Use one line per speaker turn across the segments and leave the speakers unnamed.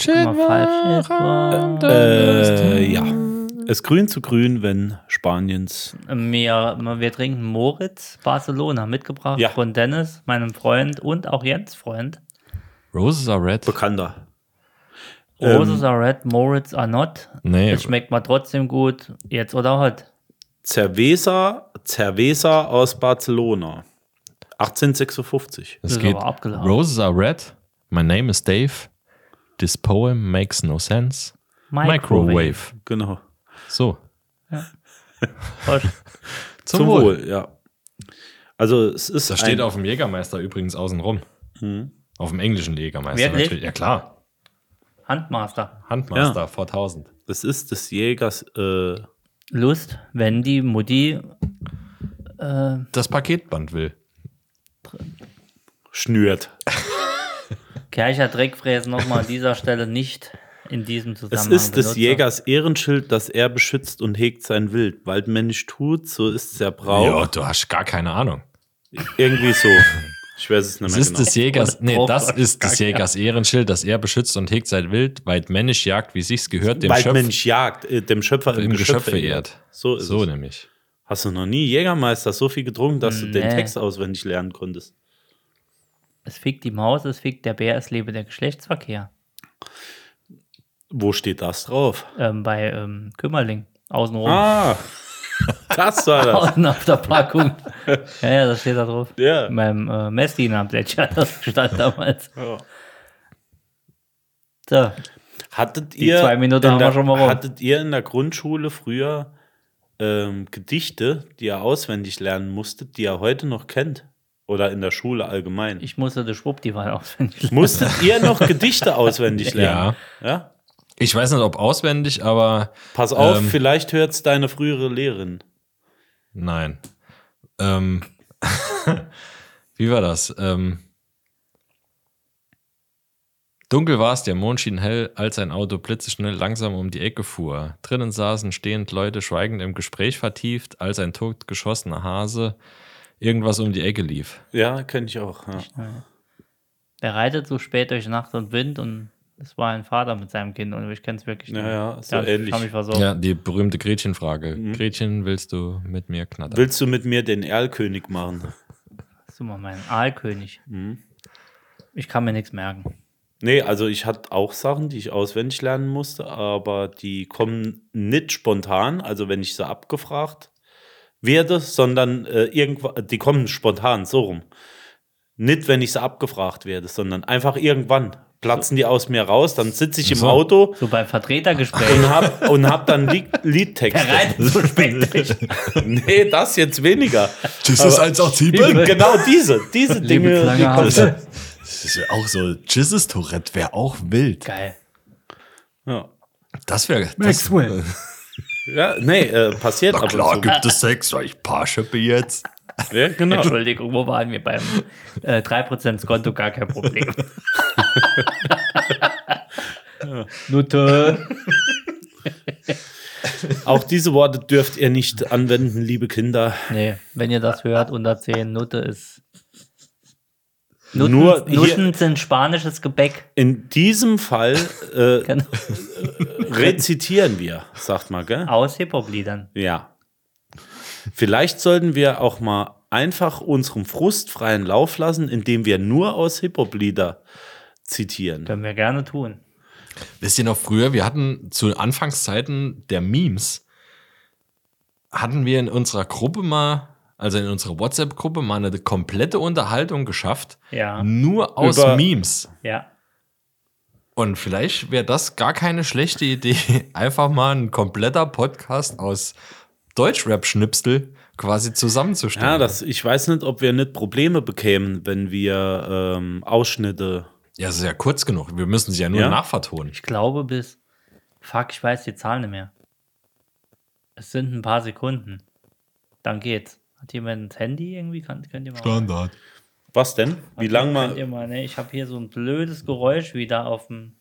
Schön
falsch ist,
warm,
war-
dann ist
Äh, ja. Es grün zu grün, wenn Spaniens.
Wir, Ähm, wir trinken Moritz Barcelona, mitgebracht
Ja.
von Dennis, meinem Freund und auch Jens Freund.
Roses are red.
Bekannter. Ähm.
Roses are red, Moritz are not.
Nee.
Es schmeckt mal trotzdem gut, jetzt oder hot.
Cerveza, Cerveza aus Barcelona. 1856.
Es
ist
geht.
aber abgeladen.
Roses are red. My name is Dave. This poem makes no sense. Microwave.
Genau.
So.
Voll-
Zum, Wohl.
ja. Also es ist
Das steht
ein, Hm.
auf dem Jägermeister übrigens außenrum. Auf dem englischen Jägermeister
Wirklich?
natürlich. Ja klar.
Handmaster.
Handmeister 4000.
es ist des Jägers äh,
Lust, wenn die Mutti äh,
Das Paketband will.
schnürt.
Kercher Dreckfräsen nochmal an dieser Stelle nicht in diesem
Es
Zusammenhang
ist des
benutze.
Jägers Ehrenschild, das er beschützt und hegt sein Wild. Waldmensch tut, so ist der
Ja,
Brauch.
du hast gar keine Ahnung.
Irgendwie so. Ich weiß es nicht
Das
mehr
ist
genau.
des Jägers, nee,
Braucht
das
das
ist
gar
des
keiner.
Jägers Ehrenschild, das er beschützt und hegt sein Wild, weit männisch jagt, wie sich's gehört, dem Schöpfer
Waldmensch jagt, äh, dem Schöpfer
im Geschöpf verehrt.
verehrt. So ist
So
es.
nämlich.
Hast du noch nie Jägermeister so viel getrunken, dass du den
Nee.
Text auswendig lernen konntest?
Es fickt die Maus, es fickt der Bär, es lebe der Geschlechtsverkehr.
Wo steht das drauf?
Ähm, bei ähm, Kümmerling. Außenrum.
Ah, das war das.
Außen auf der Packung. ja, ja, das steht da drauf.
Ja.
Beim äh, Messdiener am Plätscher, das stand damals.
Ja.
So,
Hattet
Die
ihr
zwei Minuten
in
haben wir
der,
schon mal rum.
Hattet ihr in der Grundschule früher ähm, Gedichte, die ihr auswendig lernen musstet, die ihr heute noch kennt? Oder in der Schule allgemein?
ich musste die Schwuppdiwan auswendig.
Musstet ihr noch Gedichte auswendig lernen? Ja.
Ich weiß nicht, ob auswendig, aber
Pass auf,
Ähm.
vielleicht hört es deine frühere Lehrerin.
nein. Ähm, wie war das? Ähm, Dunkel war es, der Mond schien hell, als ein Auto blitzeschnell langsam um die Ecke fuhr. Drinnen saßen stehend Leute schweigend im Gespräch vertieft, als ein totgeschossener Hase irgendwas um die Ecke lief.
Ja, kenne ich auch. Ja.
Der reitet so spät durch Nacht und Wind und es war ein Vater mit seinem Kind und ich kenne es wirklich
Ja, ja, so
Ganz-
ähnlich.
Hab mich versorgt.
Ja, die berühmte Gretchenfrage. Gretchen, willst du mit mir knattern?
Willst du mit mir den Erlkönig machen? Hm?
Hast du mal meinen Aalkönig? Ich kann mir nichts merken.
Nee, also ich hatte auch Sachen, die ich auswendig lernen musste, aber die kommen nicht spontan, also wenn ich sie abgefragt werde, sondern äh, irgendwann, die kommen spontan, so rum. Nicht, wenn ich sie abgefragt werde, sondern einfach irgendwann platzen die aus mir raus, dann sitze ich im
So.
Auto
So beim Vertretergespräch.
und hab, und hab dann Lied
Der reitet
Liedtexte.
so spät durch.
Nee, das jetzt weniger.
Jesus als auch Zwiebel.
Genau diese, diese
Liebe
Dinge. Die
Schlange,
kommen.
Hase.
Das ist ja auch so. Jesus Tourette wäre auch wild.
Geil.
Ja.
Das wäre.
Maxwell.
ja, nee, äh, passiert
Na
ab
klar,
und zu.
gibt es Sex, weil ich paar Schippe jetzt.
Ja, genau.
Entschuldigung, wo waren wir beim äh, 3% Skonto? Gar kein Problem. Nutte.
Auch diese Worte dürft ihr nicht anwenden, liebe Kinder.
Nee, wenn ihr das hört, unter 10, Nutte ist. Nutten,
Nur hier-
Nutten sind spanisches Gebäck.
In diesem Fall äh,
Genau.
rezitieren wir, sagt man, gell?
Aus Hip-Hop-Liedern.
Ja. Vielleicht sollten wir auch mal einfach unserem Frust freien Lauf lassen, indem wir nur aus Hip-Hop-Lieder zitieren.
Können wir gerne tun.
Wisst ihr noch früher, wir hatten zu Anfangszeiten der Memes, hatten wir in unserer Gruppe mal, also in unserer WhatsApp-Gruppe mal eine komplette Unterhaltung geschafft.
Ja.
Hm.
Nur aus
Über-
Memes.
Ja.
Und vielleicht wäre das gar keine schlechte Idee, einfach mal ein kompletter Podcast aus Deutschrap-Schnipsel quasi zusammenzustellen.
Ja, das, ich weiß nicht, ob wir nicht Probleme bekämen, wenn wir ähm, Ausschnitte.
ja, das ist ja kurz genug. Wir müssen sie ja nur
Ja.
nachvertonen.
Ich glaube bis. Fuck, ich weiß die Zahl nicht mehr. Es sind ein paar Sekunden. Dann geht's. Hat jemand das Handy irgendwie? Kann, könnt ihr mal.
Standard.
Was denn? Wie lange
Könnt ihr
mal.
mal ne? Ich habe hier so ein blödes Geräusch wieder auf dem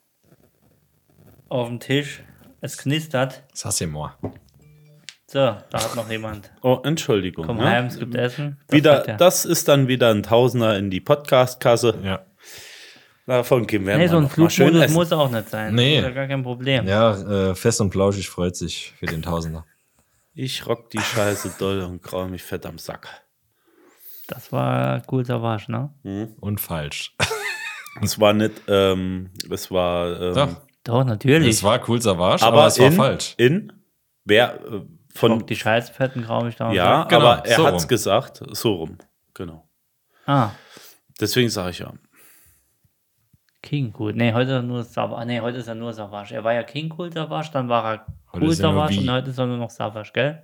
auf dem Tisch. Es knistert.
Das hast du ja mal.
So, da hat noch jemand.
Oh, Entschuldigung.
Komm
ne?
heim, es gibt Essen.
wieder,
wird der-
das ist dann wieder ein Tausender in die Podcastkasse.
Ja.
Davon gehen wir
Nee, so ein
noch mal schön
Flugmodus
essen.
muss auch nicht sein.
Nee.
Das ist ja gar kein Problem.
Ja, äh, fest und flauschig freut sich für den Tausender.
Ich rock die Scheiße doll und kraul mich fett am Sack.
Das war cool Savage, ne?
Und falsch.
Es war nicht, ähm, es war, ähm,
Doch,
Doch, natürlich.
es war cool Savage, aber,
aber,
es war
in,
falsch.
in, wer, äh, von,
Bock, die Scheißfetten graue ich da. am
ja,
Sack.
Genau,
aber er
so
hat's
rum.
gesagt, so rum, genau.
Ah,
Deswegen sage ich ja,
King Cool. Nee, heute ist er nur Savage. Nee, heute ist er nur Savage. Er war ja King Cool Savage, dann war er
Heute
Cool
ist er nur
Savage
wie.
und heute ist er nur noch Savage, gell?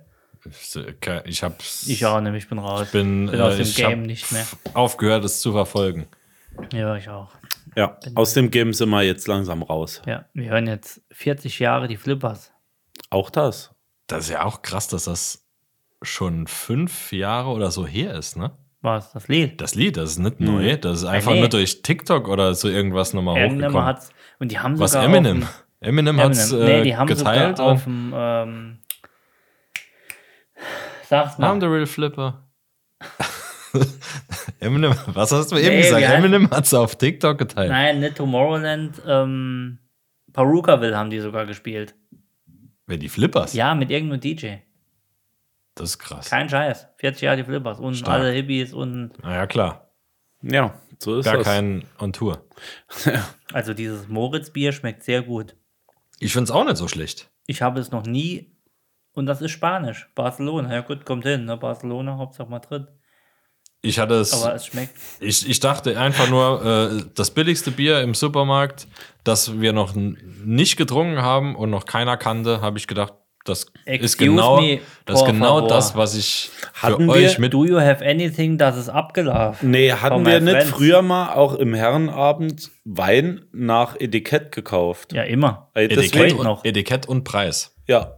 Ich hab's.
Ich auch nicht, ich bin raus. Ich
Bin, äh,
aus dem
ich
Game
hab
nicht mehr.
Aufgehört, es zu verfolgen.
Ja, ich auch.
ja, aus dem Game sind wir jetzt langsam raus.
Genau. Ja, wir hören jetzt 40 Jahre die Flippers.
Auch das.
Das ist ja auch krass, dass das schon fünf Jahre oder so her ist, ne?
War es das Lied?
Das Lied, das ist nicht neu. Das ist einfach
Hm. nee.
nur durch TikTok oder so irgendwas nochmal
Irgendjemand
hochgekommen.
hat's. Und die haben
Was
sogar.
Eminem?
Auf
Eminem
dem,
hat es
Eminem. Nee,
äh,
die haben
geteilt.
sogar auf
und-
dem. Ähm, sag's mal.
I'm the real Flipper. Eminem, was hast du eben
Nee,
gesagt?
wie heißt-
Eminem hat es auf TikTok geteilt.
Nein, nicht Tomorrowland. Ähm, Perucaville haben die sogar gespielt.
Wer die Flippers?
Ja, mit irgendeinem DJ.
Das ist krass.
Kein Scheiß. 40 Jahre die Flippers und
Stark.
alle Hippies und
Na ja, klar.
Ja, so ist
Gar
das.
kein on Tour.
also dieses Moritz-Bier schmeckt sehr gut.
Ich finde es auch nicht so schlecht.
Ich habe es noch nie und das ist Spanisch. Barcelona, ja gut, kommt hin, ne? Barcelona, Hauptsache Madrid.
Ich hatte es.
Aber es schmeckt.
Ich, ich dachte einfach nur, äh, das billigste Bier im Supermarkt, das wir noch n- nicht getrunken haben und noch keiner kannte, habe ich gedacht, das ist
Excuse
genau,
me,
das, ist
por
genau
favor.
das, was ich für
Hatten
euch
wir-
mit.
Do you have anything, das ist abgelaufen?
Nee, hatten
Von
wir
meinen
nicht
Friends.
früher mal auch im Herrenabend Wein nach Etikett gekauft?
Ja, immer.
Ey,
Etikett
deswegen,
geht noch.
und, Etikett und Preis.
ja,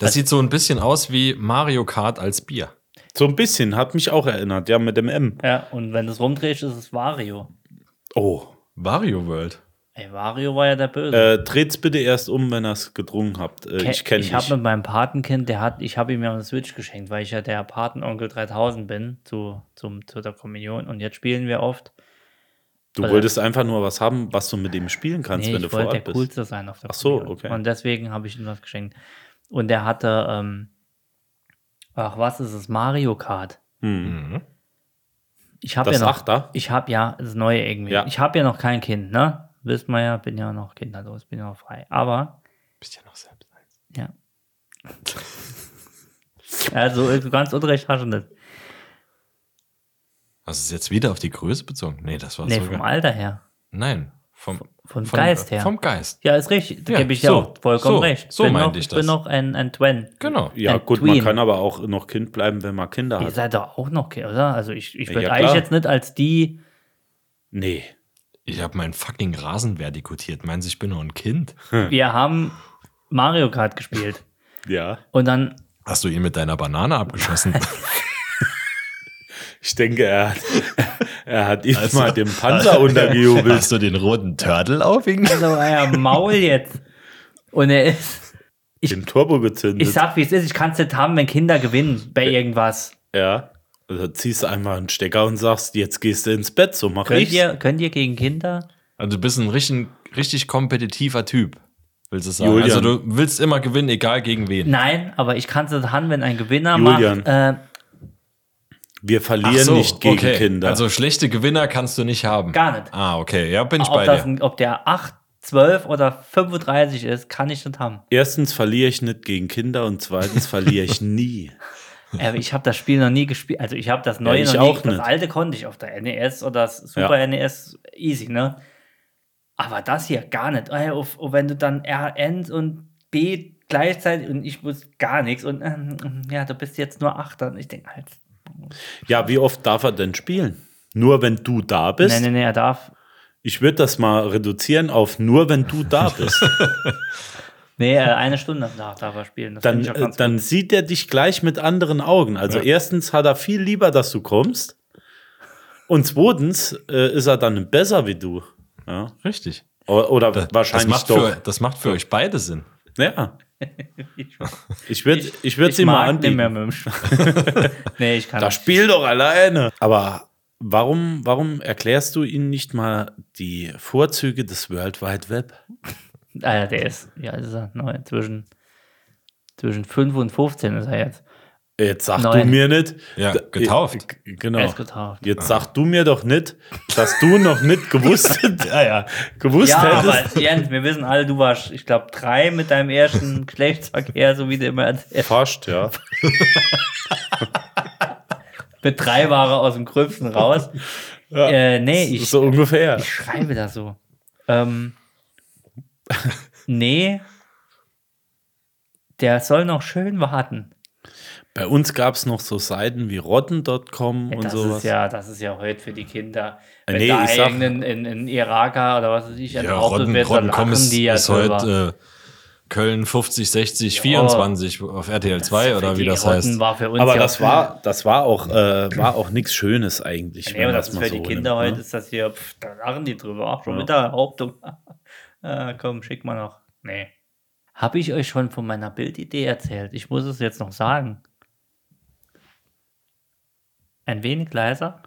Das sieht so ein bisschen aus wie Mario Kart als Bier.
so ein bisschen, hat mich auch erinnert, ja, mit dem M.
Ja, und wenn du es rumdrehst, ist es Vario.
Oh.
Wario World.
Ey, Vario war ja der Böse.
Äh, dreht's bitte erst um, wenn ihr es getrunken habt. Äh,
Ke-
ich kenne
Ich
dich.
habe mit meinem Patenkind, der hat, ich habe ihm ja eine Switch geschenkt, weil ich ja der Patenonkel 3000 bin zu, zum, zu der Kommunion und jetzt spielen wir oft.
du wolltest einfach nur was haben, was du mit dem spielen kannst,
äh, Nee,
wenn du
ich
vor
wollte der
Ort bist.
Coolste sein auf der
Ach so,
Kommunion.
okay.
Und deswegen habe ich ihm was geschenkt. Und er hatte, ähm, ach was ist es, Mario Kart.
Hm.
Mhm.
Ich habe ja
Das
noch,
Achter?
ich habe ja, das Neue irgendwie.
Ja.
Ich habe ja noch kein Kind, ne? Wisst man ja, bin ja noch kinderlos, bin ja noch frei. Aber,
Bist ja noch selbst.
ja. also, so ganz unrecht hast du nicht.
Also ist jetzt wieder auf die Größe bezogen? Nee, das war
Nee, vom
sogar.
Alter her.
Nein, vom,
vom Geist her.
Vom Geist.
Ja, ist richtig. Da
Ja,
gebe ich dir
so,
auch vollkommen
so,
recht.
so
bin
meinte
noch,
ich das.
bin noch ein, ein Twin.
Genau.
Ja,
Ein
gut,
Tween.
man kann aber auch noch Kind bleiben, wenn man
Ah.
Kinder
Ihr
hat.
seid doch auch noch, Kind, oder? Also ich, ich
Ja,
würde
klar.
eigentlich jetzt nicht als die.
Nee.
Ich habe meinen fucking Rasen vertikutiert. Meinst du, ich bin noch ein Kind?
Wir haben Mario Kart gespielt.
Ja.
Und dann,
Hast du ihn mit deiner Banane abgeschossen?
Ich denke, er hat, er hat ihm
Also-
mal den Panzer untergejubelt.
Hast du den roten Turtle aufhängen?
also euer Maul jetzt. Und er ist.
den Turbo gezündet.
Ich sag, wie es ist, ich kann es nicht haben, wenn Kinder gewinnen bei irgendwas.
ja. Also ziehst du einmal einen Stecker und sagst, jetzt gehst du ins Bett, so mach
Könnt
ich.
ihr, könnt ihr gegen Kinder?
Also du bist ein richtig, richtig kompetitiver Typ, willst du sagen.
Julian.
Also du willst immer gewinnen, egal gegen wen.
Nein, aber ich kann es nicht haben, wenn ein Gewinner
Julian.
macht. Äh,
Wir verlieren nicht gegen
okay.
Kinder.
Also schlechte Gewinner kannst du nicht haben.
Gar nicht.
Ah, okay. Ja, bin ich
äh, ob,
bei
das,
dir.
ein- ob der 8, 12 oder 35 ist, kann ich nicht haben.
Erstens verliere ich nicht gegen Kinder und zweitens verliere ich nie.
Ja, aber Äh, ich habe das Spiel noch nie gespielt. Also ich habe das neue
Ja, ich
noch nie.
auch
das
nicht.
alte konnte ich auf der NES oder das Super NES easy, ne? Aber das hier gar nicht. Ey, auf, auf, wenn du dann RN und B gleichzeitig und ich muss gar nichts und ähm, ja, du bist jetzt nur Achter und ich denke halt.
Ja, wie oft darf er denn spielen? Nur wenn du da bist?
Nee, nee, nee, er darf.
Ich würde das mal reduzieren auf nur wenn du da bist.
Nee, äh, eine Stunde nach darf er spielen. Das
dann,
find ich auch
äh,
ganz gut.
dann sieht er dich gleich mit anderen Augen. Also
Ja.
erstens hat er viel lieber, dass du kommst. Und zweitens äh, ist er dann besser wie du. Ja.
Richtig.
O- Oder wahrscheinlich
das macht
doch.
Für, das macht für euch beide Sinn.
ja. Ich würde ich, würd's
ich
ihm mal
mag nicht mehr mit
anbieten.
dem Spiel. nee, ich kann
Da spiel doch alleine. Aber Warum, warum erklärst du ihnen nicht mal die Vorzüge des World Wide Web?
Ah ja, der ist, ja, ist er neu, zwischen, zwischen 5 und 15 ist er jetzt.
Jetzt sag
Nein.
du mir nicht.
Ja,
Da-
getauft.
Äh,
Er
Genau.
ist getauft.
Jetzt sag du mir doch nicht, dass du noch nicht gewusst, ja, ja, gewusst
Ja,
hättest.
aber Jens, wir wissen alle, du warst, ich glaube, drei mit deinem ersten Geschlechtsverkehr, so wie du immer erzählst.
Fast, ja.
Mit drei war er aus dem Gröbsten raus.
ja.
Äh, nee, ich,
so ungefähr.
ich schreibe das so. Ähm, nee, der soll noch schön warten.
Bei uns gab es noch so Seiten wie rotten.com
Ja,
und
das,
sowas.
ist ja, das ist ja heute für die Kinder.
Äh,
Wenn
nee,
da
ich sag-
irgendein in, in Iraker oder was weiß ich,
Ja,
enthauptet
Rodden,
wird, dann
Roddenkomm
lachen
ist,
die ja
ist
drüber.
heute äh, Köln 50, 60,
Ja.
24 auf RTL 2
Für
oder wie
die
das
Rotten
heißt.
War für uns
aber
ja
das war, das war auch, äh, war auch nichts Schönes eigentlich.
Nee,
wenn
aber
man
das ist
mal
für
so
die Kinder
nimmt, ne?
heute, ist das hier, pff, da lachen die drüber. Ach, schon
Ja.
mit der Hauptung. äh, komm, schick mal noch. Nee. Habe ich euch schon von meiner Bildidee erzählt? Ich muss es jetzt noch sagen. Ein wenig leiser?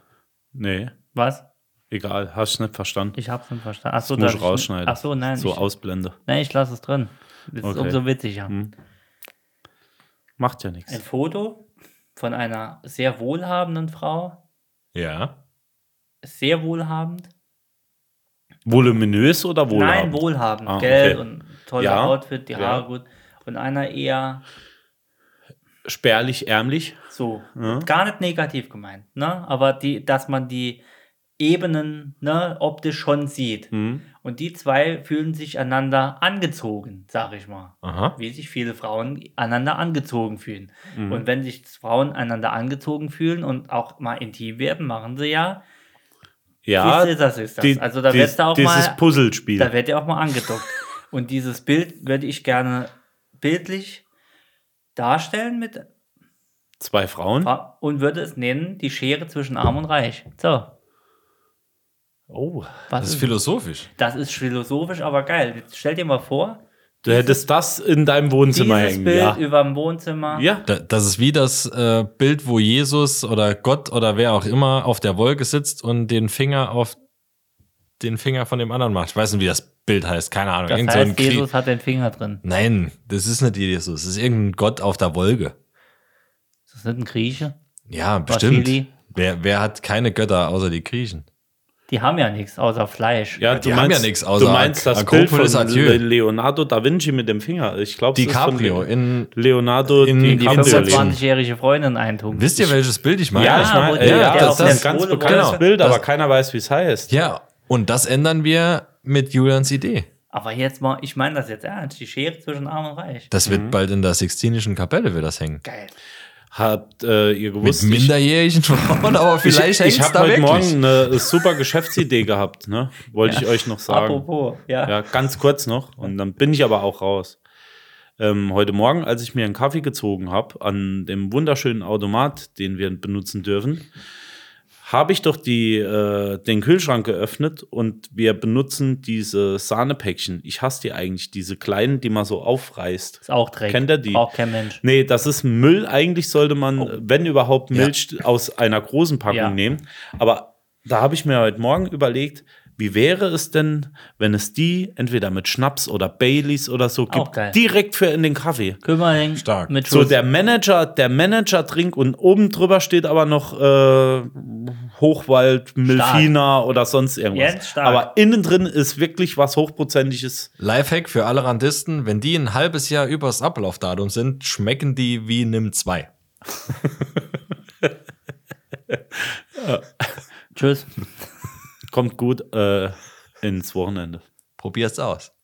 Nee,
Was?
egal. Hast du nicht verstanden.
Ich hab's nicht verstanden. Achso,
muss ich rausschneiden.
Achso, nein.
So
ich,
Ausblende.
nein, ich lasse es drin. Das ist
Okay.
umso witziger.
Hm. Macht ja nichts.
Ein Foto von einer sehr wohlhabenden Frau.
Ja.
Sehr wohlhabend.
Voluminös oder
Nein,
wohlhabend?
wohlhabend.
Ah,
Geld
okay.
und toller
Ja,
Outfit, die
ja.
Haare gut. Und einer eher
Spärlich, ärmlich.
so,
Ja.
gar nicht negativ gemeint, ne? Aber die, dass man die Ebenen ne, optisch schon sieht.
Hm.
Und die zwei fühlen sich einander angezogen, sag ich mal.
Aha.
Wie sich viele Frauen einander angezogen fühlen.
Mhm.
Und wenn sich Frauen einander angezogen fühlen und auch mal intim werden, machen sie ja.
Ja,
Siehst du, das ist das.
die-
Also da
dies-
wird's da auch
dieses
mal-
Puzzlespiel.
Da wird ja auch mal angedockt. Und dieses Bild würde ich gerne bildlich darstellen mit
Zwei Frauen.
Ah, und würde es nennen die Schere zwischen Arm und Reich. So,
Oh.
was
Das ist
ist
philosophisch.
das ist philosophisch, aber geil. Jetzt stell dir mal vor,
Du hättest das in deinem Wohnzimmer
dieses
hängen.
Bild
Ja.
über dem Wohnzimmer.
ja.
Da, das ist wie das äh, Bild, wo Jesus oder Gott oder wer auch immer auf der Wolke sitzt und den Finger auf den Finger von dem anderen macht. Ich weiß nicht, wie das Bild heißt. Keine Ahnung.
Das
Irgend so ein
heißt,
Krie-
Jesus hat den Finger drin.
Nein, das ist nicht Jesus. Das ist irgendein Gott auf der Wolke.
Ist Das sind ein Grieche.
Ja,
Vasili.
bestimmt. Wer, wer hat keine Götter außer die Griechen?
Die haben ja nichts außer Fleisch.
Ja,
die haben ja nichts außer
Du meinst das
Akropolis
Bild von
Adieu.
Leonardo da Vinci mit dem Finger. Ich glaube,
DiCaprio in
Leonardo
in-
die
Kapitän.
DiCaprio.
25-jährige Freundin eintun.
Wisst ihr, welches Bild ich meine?
Ja,
Ja,
ich
wo
meine,
der-
ja,
der
das
auf
ist
der
ein ganz
Kohle
bekanntes
wohnt.
Bild, aber
Das-
keiner weiß, wie es heißt.
Genau. Ja, und das ändern wir mit Julians Idee.
Aber jetzt mal, ich meine das jetzt ernst, die Schere zwischen Arm und Reich.
Das wird bald in der Sixtinischen Kapelle wird das hängen.
Geil.
Habt äh, ihr
Mit
gewusst? ich-
minderjährigen Frauen, aber vielleicht
ich,
hängt's
ich habe
da
heute
wirklich.
Morgen eine super Geschäftsidee gehabt, ne? Wollte ich euch noch sagen.
Apropos, ja.
Ja, ganz kurz noch. Und dann bin ich aber auch raus. Ähm, heute Morgen, als ich mir einen Kaffee gezogen habe, an dem wunderschönen Automat, den wir benutzen dürfen, habe ich doch die, äh, den Kühlschrank geöffnet und wir benutzen diese Sahnepäckchen. Ich hasse die eigentlich, diese kleinen, die man so aufreißt.
Ist auch Dreck.
Kennt ihr die?
Auch kein Mensch. Oh.
Nee, das ist Müll. Eigentlich sollte man, wenn überhaupt, Milch aus einer großen Packung
Ja.
nehmen. Aber da habe ich mir heute Morgen überlegt, wie wäre es denn, wenn es die entweder mit Schnaps oder Baileys oder so gibt,
geil.
direkt für in den Kaffee?
Kümmerling
Stark.
mit
So
Schuss.
der Manager, der Manager trinkt und oben drüber steht aber noch äh, Hochwald, Milfina oder sonst irgendwas.
Jens, stark.
aber innen drin ist wirklich was hochprozentiges.
Lifehack für alle Randisten, wenn die ein halbes Jahr übers Ablaufdatum sind, schmecken die wie Nimm 2.
Tschüss.
Kommt gut äh, ins Wochenende.
Probier's aus.